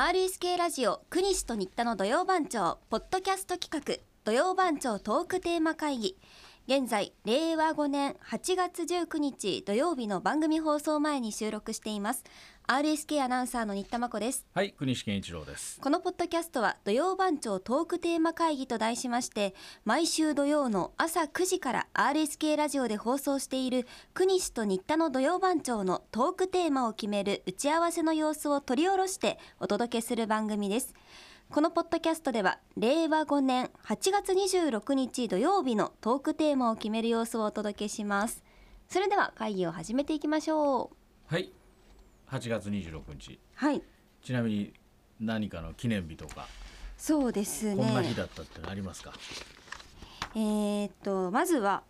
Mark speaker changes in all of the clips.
Speaker 1: RSK ラジオ国西と新田の土曜番長ポッドキャスト企画土曜番長トークテーマ会議現在令和5年8月19日土曜日の番組放送前に収録しています RSK アナウンサーの新田真子です
Speaker 2: はい、国西健一郎です。
Speaker 1: このポッドキャストは土曜番長トークテーマ会議と題しまして毎週土曜の朝9時から RSK ラジオで放送している国西と新田の土曜番長のトークテーマを決める打ち合わせの様子を取り下ろしてお届けする番組です。このポッドキャストでは令和5年8月26日土曜日のトークテーマを決める様子をお届けします。それでは会議を始めていきましょう。
Speaker 2: はい。8月26日。
Speaker 1: はい、
Speaker 2: ちなみに何かの記念日とか、
Speaker 1: そうですね。
Speaker 2: こんな日だったってのありますか。
Speaker 1: えー、っとまずは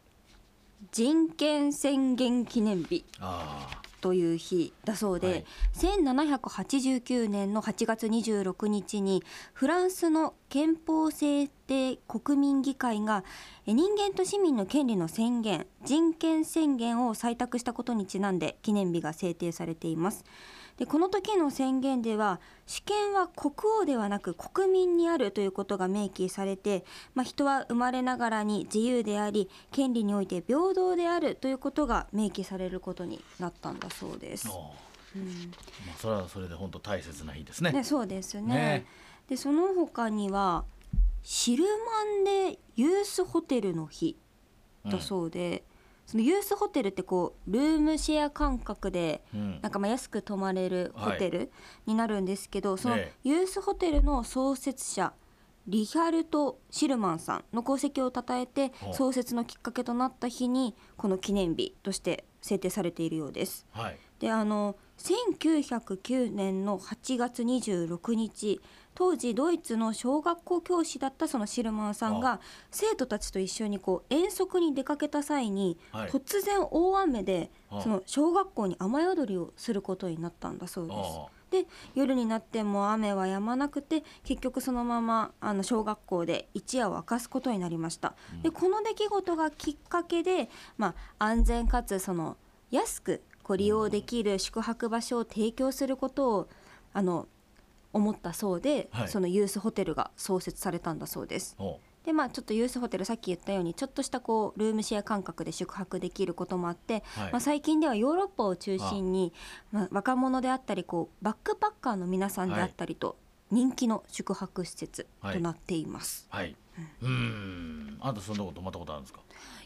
Speaker 1: 人権宣言記念日
Speaker 2: あ
Speaker 1: という日だそうで、
Speaker 2: はい
Speaker 1: 1789年の8月26日にフランスの憲法制定国民議会がえ人間と市民の権利の宣言人権宣言を採択したことにちなんで記念日が制定されています。でこの時の宣言では主権は国王ではなく国民にあるということが明記されて、まあ、人は生まれながらに自由であり権利において平等であるということが明記されることになったんだそうです
Speaker 2: あ。。おまあそれはそれで本当大切な日ですね。
Speaker 1: ね、そうですね
Speaker 2: ね
Speaker 1: でその他にはシルマンデユースホテルの日
Speaker 2: うん
Speaker 1: だそうで、そのユースホテルってこうルームシェア感覚で
Speaker 2: うん
Speaker 1: なんかまあ安く泊まれるホテルになるんですけど、その
Speaker 2: ええ
Speaker 1: ユースホテルの創設者リヒャルト・シルマンさんの功績を称えて
Speaker 2: お
Speaker 1: 創設のきっかけとなった日にこの記念日として制定されているようです。
Speaker 2: はい。
Speaker 1: であの1909年の8月26日当時ドイツの小学校教師だったそのシルマンさんが生徒たちと一緒にこう遠足に出かけた際に、
Speaker 2: はい
Speaker 1: 突然大雨で
Speaker 2: あ
Speaker 1: その小学校に雨宿りをすることになったんだそうです。
Speaker 2: あ
Speaker 1: で夜になっても雨は止まなくて結局そのままあの小学校で一夜を明かすことになりました、でこの出来事がきっかけで、まあ、安全かつその安くこう利用できる宿泊場所を提供することをあの思ったそうで、
Speaker 2: はい
Speaker 1: そのユースホテルが創設されたんだそうです
Speaker 2: あ。お
Speaker 1: でまあ、ちょっとユースホテルさっき言ったようにちょっとしたこうルームシェア感覚で宿泊できることもあって、
Speaker 2: はい
Speaker 1: まあ、最近ではヨーロッパを中心にまあ、若者であったりこうバックパッカーの皆さんであったりと人気の宿泊施設となっています、
Speaker 2: はい。うん。あとそんなことまたことあるんですか。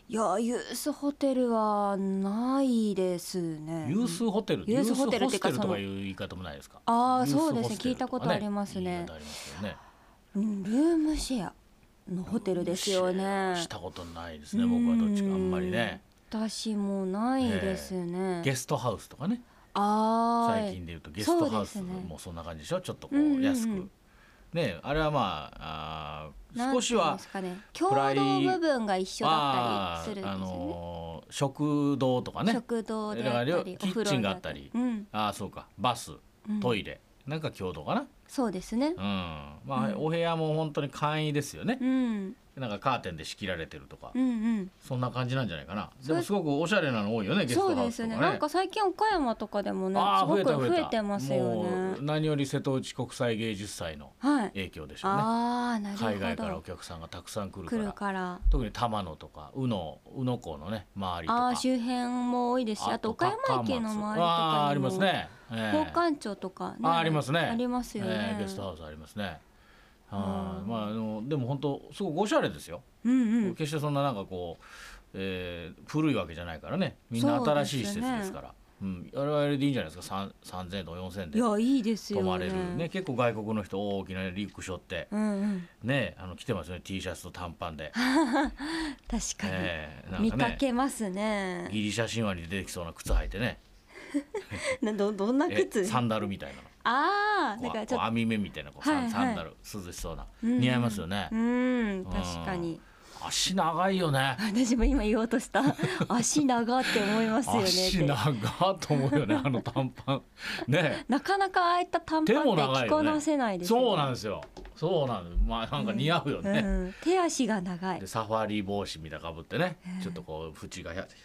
Speaker 1: い、やーユースホテルはないですね
Speaker 2: ユースホテル、
Speaker 1: ユースホテル
Speaker 2: ユ
Speaker 1: っていうか
Speaker 2: ホスと
Speaker 1: そ
Speaker 2: か
Speaker 1: の
Speaker 2: いう言い方もないですか。
Speaker 1: あー
Speaker 2: ユース
Speaker 1: そうですね
Speaker 2: ホステル
Speaker 1: 聞いたこと
Speaker 2: か
Speaker 1: ありますね
Speaker 2: 言い方ありますよね。
Speaker 1: うんルームシェアのホテルですよね
Speaker 2: したことないですね。僕はどっちかあんまりね。
Speaker 1: うん私もないですね、
Speaker 2: ゲストハウスとかね。
Speaker 1: あー
Speaker 2: 最近でいうとゲストハウス
Speaker 1: そうですね
Speaker 2: もそんな感じでしょちょっとこ
Speaker 1: うんうんう
Speaker 2: うん安くねあれはまあ
Speaker 1: なんて
Speaker 2: あー
Speaker 1: いうん
Speaker 2: 少しは
Speaker 1: ですかね共
Speaker 2: プライ
Speaker 1: 同部分が一緒だ
Speaker 2: あ
Speaker 1: ったりするんです
Speaker 2: ーあ
Speaker 1: よね
Speaker 2: のー食堂とかね
Speaker 1: 食堂であった
Speaker 2: だから
Speaker 1: り
Speaker 2: 料キッチンがあったり
Speaker 1: お風呂であったりうん
Speaker 2: あーそうかバス
Speaker 1: うん
Speaker 2: トイレなんか共同かな
Speaker 1: そうですね
Speaker 2: うんまあ
Speaker 1: うん
Speaker 2: お部屋も本当に簡易ですよね
Speaker 1: うん
Speaker 2: なんかカーテンで仕切られてるとか
Speaker 1: うんうん
Speaker 2: そんな感じなんじゃないかな
Speaker 1: そう
Speaker 2: でもすごくおしゃれなの多いよねゲス
Speaker 1: そう
Speaker 2: トハ
Speaker 1: で
Speaker 2: ウス
Speaker 1: す
Speaker 2: と
Speaker 1: ね
Speaker 2: か
Speaker 1: なん
Speaker 2: ね
Speaker 1: か最近岡山とかでもねす
Speaker 2: あー
Speaker 1: ご
Speaker 2: 増
Speaker 1: く
Speaker 2: えた
Speaker 1: 増えて
Speaker 2: も
Speaker 1: ますよね
Speaker 2: う何より瀬戸内国際芸術祭の
Speaker 1: はい
Speaker 2: 影響でしょうね
Speaker 1: ああなるほど
Speaker 2: 海外からお客さんがたくさん来るか
Speaker 1: 来
Speaker 2: ら
Speaker 1: るから
Speaker 2: 特に玉野とか宇野宇野港のね周りと
Speaker 1: あ
Speaker 2: か
Speaker 1: あー周辺も多いですしあと岡山駅の周りとかにも
Speaker 2: あーありますね、ええ
Speaker 1: 交換庁とかね
Speaker 2: あーありますね
Speaker 1: ありますよね
Speaker 2: ええゲストハウスありますねあ
Speaker 1: う
Speaker 2: ー
Speaker 1: ん
Speaker 2: まああのでも本当すごくおしゃれですよ、
Speaker 1: うんうん
Speaker 2: 決してそんななんかこう、えー古いわけじゃないからねみんな新しい施設ですからうん、あれはあれでいいんじゃないですかさん3000円とか4000円
Speaker 1: い
Speaker 2: で
Speaker 1: やいいですよ
Speaker 2: 泊
Speaker 1: ね
Speaker 2: まれるね結構外国の人大きなリュック背負って、
Speaker 1: うんうん
Speaker 2: ねあの来てますよね T シャツと短パンで、
Speaker 1: 確かに、
Speaker 2: ええなん
Speaker 1: 見
Speaker 2: か
Speaker 1: か
Speaker 2: ね
Speaker 1: けますね
Speaker 2: ギリシャ神話に出てきそうな靴履いてね
Speaker 1: などどんな
Speaker 2: え
Speaker 1: 靴
Speaker 2: サンダルみたいなの
Speaker 1: ああ
Speaker 2: こ
Speaker 1: だ
Speaker 2: う
Speaker 1: からち
Speaker 2: こ
Speaker 1: ょ
Speaker 2: う
Speaker 1: っ
Speaker 2: 網目みたいなこう、
Speaker 1: はいはい
Speaker 2: サンサンダル涼しそうな、
Speaker 1: とうん
Speaker 2: 似合いますよね、
Speaker 1: うん確かに
Speaker 2: 足長いよね
Speaker 1: 私も今言おうとした 足長って思いますよね
Speaker 2: 足
Speaker 1: って
Speaker 2: 長っと思うよねあの短パ ンね
Speaker 1: なかなかああいった短パン
Speaker 2: 手も
Speaker 1: って
Speaker 2: 長いよね
Speaker 1: 着こなせないです
Speaker 2: そうなん
Speaker 1: ん
Speaker 2: ですよそうなんですまあなんか似合うよね、
Speaker 1: うん、手足が長い
Speaker 2: でサファリ帽子みたいなかぶってね、ちょっとこう縁が100 360度あるよ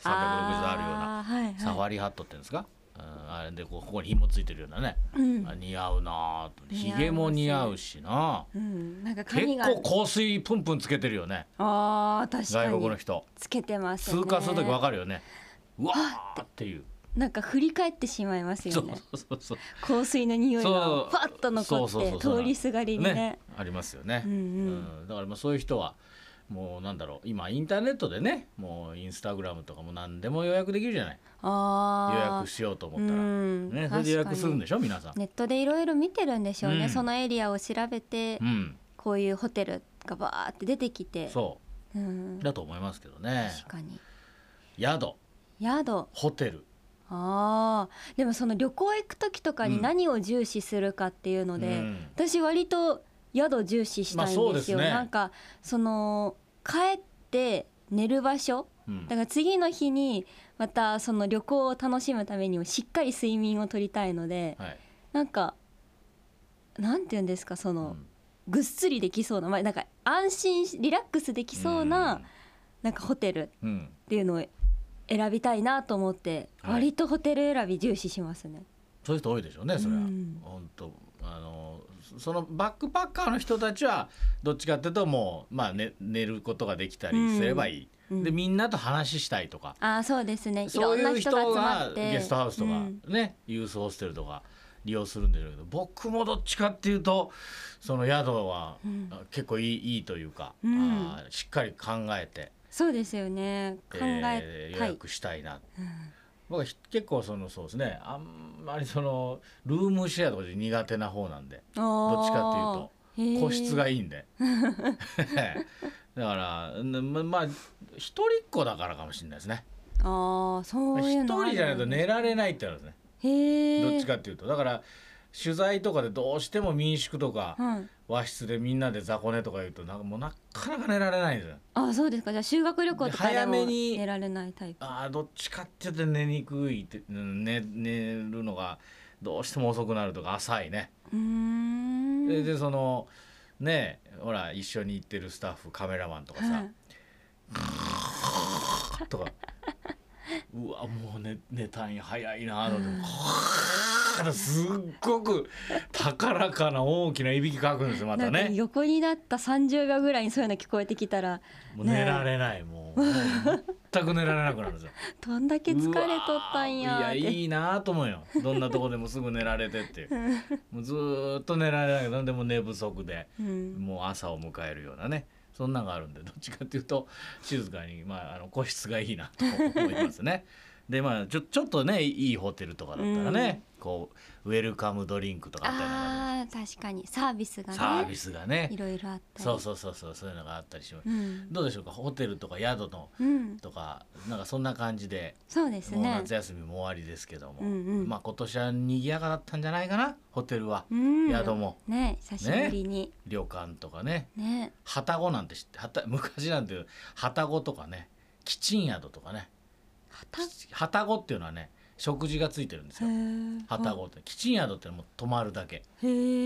Speaker 2: うな
Speaker 1: あーはいはい
Speaker 2: サファリハットって言うんですか、うん、あれでこうここに紐ついてるようなね、
Speaker 1: うん
Speaker 2: あ似合うなぁと
Speaker 1: 似合い
Speaker 2: ひ
Speaker 1: ます
Speaker 2: げも似合うしな
Speaker 1: うん、なんか
Speaker 2: 結
Speaker 1: 髪が
Speaker 2: 構香水プンプンつけてるよね
Speaker 1: ああ確か
Speaker 2: 外国の
Speaker 1: に
Speaker 2: 人
Speaker 1: つけてますよね
Speaker 2: 通過する時わかるよねうわーっていう
Speaker 1: なんか振り返ってしまいます
Speaker 2: そ
Speaker 1: よ
Speaker 2: う
Speaker 1: ね
Speaker 2: そうそう
Speaker 1: 香水の匂い
Speaker 2: そ
Speaker 1: が
Speaker 2: う
Speaker 1: パッと残
Speaker 2: そうそうそ
Speaker 1: っ
Speaker 2: う
Speaker 1: て
Speaker 2: そう
Speaker 1: 通りすがりにね
Speaker 2: ありますよね、
Speaker 1: うんうん
Speaker 2: うんだからまあそういう人はもうなんだろう今インターネットでねもうインスタグラムとかも何でも予約できるじゃない
Speaker 1: あ
Speaker 2: 予
Speaker 1: あ
Speaker 2: 約しようと思ったら、
Speaker 1: うん
Speaker 2: ね、それで予約するんで
Speaker 1: し
Speaker 2: しょ皆さん、
Speaker 1: ネットでいろいろ見てるんでしょうね、
Speaker 2: うん
Speaker 1: そのエリアを調べて、
Speaker 2: うん、
Speaker 1: こういうホテルがバーって出てきて、、
Speaker 2: そううんだと思いますけどね
Speaker 1: 確かに
Speaker 2: 宿
Speaker 1: 宿
Speaker 2: ホテル
Speaker 1: あーでもその旅行行く時とか
Speaker 2: う
Speaker 1: に
Speaker 2: ん
Speaker 1: 何を重視するかっていうので、
Speaker 2: うん
Speaker 1: 私割と宿重視したい
Speaker 2: まあそ
Speaker 1: ん
Speaker 2: う
Speaker 1: で
Speaker 2: ですす
Speaker 1: よ、
Speaker 2: ね
Speaker 1: なんかその帰って寝る場所
Speaker 2: うん
Speaker 1: だから次の日にまたその旅行を楽しむためにもしっかり睡眠をとりたいので
Speaker 2: はい
Speaker 1: なんかなんて言うんですかそうの、
Speaker 2: ん
Speaker 1: ぐっすりできそうな、まあ、なんか安心しリラックスできそうな、なんかホテルっ
Speaker 2: うんうん
Speaker 1: ていうのを選びたいなと思って、
Speaker 2: はい
Speaker 1: 割とホテル選び重視しますね。
Speaker 2: そういう人多いでしょうねそれは、
Speaker 1: うん
Speaker 2: 本当あのそそのバックパッカーの人たちはどっちかっていうともう、まあね、寝ることができたりすればいい、
Speaker 1: うん
Speaker 2: でみんなと話したいとか、
Speaker 1: ああそうですねい
Speaker 2: そ
Speaker 1: ろ
Speaker 2: うんい
Speaker 1: な
Speaker 2: う
Speaker 1: 人
Speaker 2: 人
Speaker 1: が集ま
Speaker 2: が
Speaker 1: って
Speaker 2: ゲストハウスとか
Speaker 1: うん
Speaker 2: ね、ユースホステルとか利用するんでしょうけど僕もどっちかっていうとその宿は、
Speaker 1: うん
Speaker 2: あ結構いいいいというか、
Speaker 1: うん
Speaker 2: あーしっかり考えて、
Speaker 1: そうですよね考え
Speaker 2: えー予
Speaker 1: たい、
Speaker 2: 約したいな、
Speaker 1: うん
Speaker 2: 僕はひ結構そのそうですねあんまりそのルームシェアとかで苦手な方なんでどっちか
Speaker 1: っていう
Speaker 2: 個室がいいんでだからんままあ一人っ子だからかもしれないですね
Speaker 1: ああそうい
Speaker 2: 一
Speaker 1: うの
Speaker 2: 人じゃないと寝られないってあるんですね
Speaker 1: へえ
Speaker 2: どっちかっていうとだから取材とかでどうしても民宿とか
Speaker 1: はい
Speaker 2: 和室でみんなで雑魚寝とか言うとなんかもうなかなか寝られないんですよ
Speaker 1: あそうですかじゃあ修学旅行とかで
Speaker 2: 早
Speaker 1: も
Speaker 2: めに
Speaker 1: 寝られないタイプ
Speaker 2: あーどっちかっていうと寝にくいって、うん寝寝るのがどうしても遅くなるとか浅いね、
Speaker 1: うーん
Speaker 2: ででそのねえほら一緒に行ってるスタッフカメラマンとかさ、
Speaker 1: はい
Speaker 2: とかうわもう寝寝たんや早いなあの、すっごく高らかな大きないびきかくんですよま
Speaker 1: な
Speaker 2: た
Speaker 1: んか
Speaker 2: ね
Speaker 1: 横になった30秒ぐらいにそういうの聞こえてきたら
Speaker 2: もう寝られない、もうもう全く寝られなくなるんですよ
Speaker 1: どんだけ疲れとったんや
Speaker 2: う
Speaker 1: ー
Speaker 2: わ
Speaker 1: っ
Speaker 2: ー
Speaker 1: て
Speaker 2: いやいいなと思うよどんなとこでもすぐ寝られて っていうもうずーっと寝られないけどでも寝不足で
Speaker 1: うん、
Speaker 2: もう朝を迎えるようなねそんなのがあるんでどっちかっていうと静かに、まあ、あの個室がいいなと思いま すね。でまあちょちょっとねいいホテルとかだったらね、こうウェルカムドリンクとかあったりなんか
Speaker 1: あー確かにサービスが
Speaker 2: ね
Speaker 1: ね
Speaker 2: サービスがね
Speaker 1: いろいろあったり
Speaker 2: そうそうそうそうそういうのがあったりします、
Speaker 1: うん、
Speaker 2: どうでしょうかホテルとか宿の
Speaker 1: うん、
Speaker 2: とかなんかそんな感じで
Speaker 1: そうです
Speaker 2: もう
Speaker 1: ね
Speaker 2: 夏休みも終わりですけども、
Speaker 1: うんうん
Speaker 2: まあ今年は賑やかだったんじゃないかなホテルは、
Speaker 1: うん
Speaker 2: 宿も
Speaker 1: ね久しぶりに
Speaker 2: 旅館とかね
Speaker 1: ね
Speaker 2: 旅籠なんて知ってはた 昔なんて旅籠とかねキッチン宿とかね
Speaker 1: はたへ
Speaker 2: 旅籠っていうのはね食事がついてるんですよ
Speaker 1: ー
Speaker 2: 旅籠ってキッチン宿ってのはもう泊まるだけ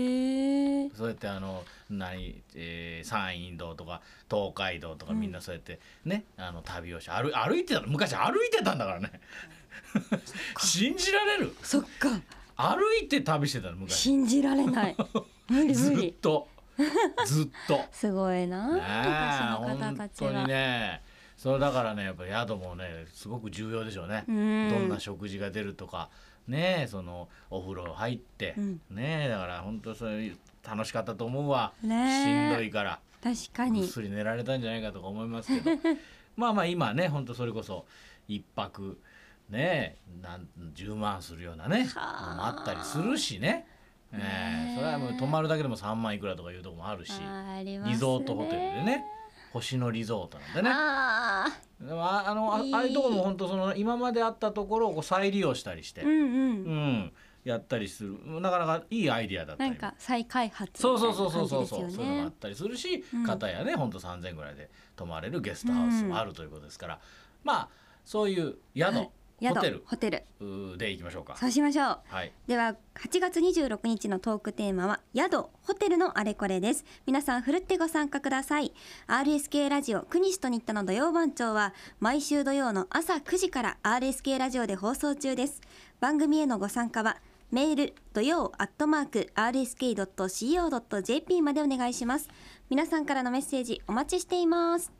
Speaker 1: へえ
Speaker 2: そうやってあの何、えー山陰道とか東海道とかみんなそうやってね、あの旅をし歩い歩いてたの昔歩いてたんだからね 信じられる
Speaker 1: そっか
Speaker 2: 歩いて旅してたの昔
Speaker 1: 信じられ ない無理
Speaker 2: ず
Speaker 1: 無
Speaker 2: っ
Speaker 1: 理
Speaker 2: とずっ と。
Speaker 1: すごいな
Speaker 2: ね
Speaker 1: あ
Speaker 2: え
Speaker 1: 昔の方たち
Speaker 2: 本当
Speaker 1: は、
Speaker 2: にねそれだからねやっぱ宿もねすごく重要でしょうね、
Speaker 1: う
Speaker 2: どん
Speaker 1: ん
Speaker 2: な食事が出るとかねえそのお風呂入って、
Speaker 1: うん
Speaker 2: ねえだから本当そういう楽しかったと思うわ、
Speaker 1: ねえ
Speaker 2: しんどいから
Speaker 1: 確か
Speaker 2: ぐっ
Speaker 1: に
Speaker 2: すり寝られたんじゃないかとか思いますけど まあまあ今ね本当それこそ一泊ねえなん10万するようなね
Speaker 1: はあ
Speaker 2: のもあったりするしね。え
Speaker 1: ね
Speaker 2: え
Speaker 1: え
Speaker 2: それはもう泊まるだけでも3万いくらとかいうとこもあるし。
Speaker 1: あーありますね
Speaker 2: リゾートホテルでね星野リゾートなんでね
Speaker 1: ああ
Speaker 2: でもああのあ
Speaker 1: いい
Speaker 2: ああいうとこも本当その今まであったところをこう再利用したりして、
Speaker 1: うんうん、
Speaker 2: うんやったりするなかなかいいアイディアだった
Speaker 1: な
Speaker 2: り
Speaker 1: ん
Speaker 2: も
Speaker 1: か再開発
Speaker 2: そう
Speaker 1: みた
Speaker 2: そう
Speaker 1: い
Speaker 2: そう
Speaker 1: な
Speaker 2: そ
Speaker 1: 感
Speaker 2: う
Speaker 1: じ
Speaker 2: そ
Speaker 1: ですよ
Speaker 2: うそうそういうのもあ
Speaker 1: ね
Speaker 2: っ。たりするし、
Speaker 1: うん
Speaker 2: 方やね本当3,000ぐらいで泊まれるゲストハウスもあるということですから、まあそういう宿、
Speaker 1: はい宿
Speaker 2: ホテル
Speaker 1: ホテル
Speaker 2: うーでいきましょうか
Speaker 1: そうしましょう
Speaker 2: はい
Speaker 1: では8月26日のトークテーマは宿ホテルのあれこれです皆さんふるってご参加ください RSK ラジオ国西と新田の土曜番長は毎週土曜の朝9時から RSK ラジオで放送中です番組へのご参加はメール土曜アットマーク RSK.CO.JP までお願いします皆さんからのメッセージお待ちしています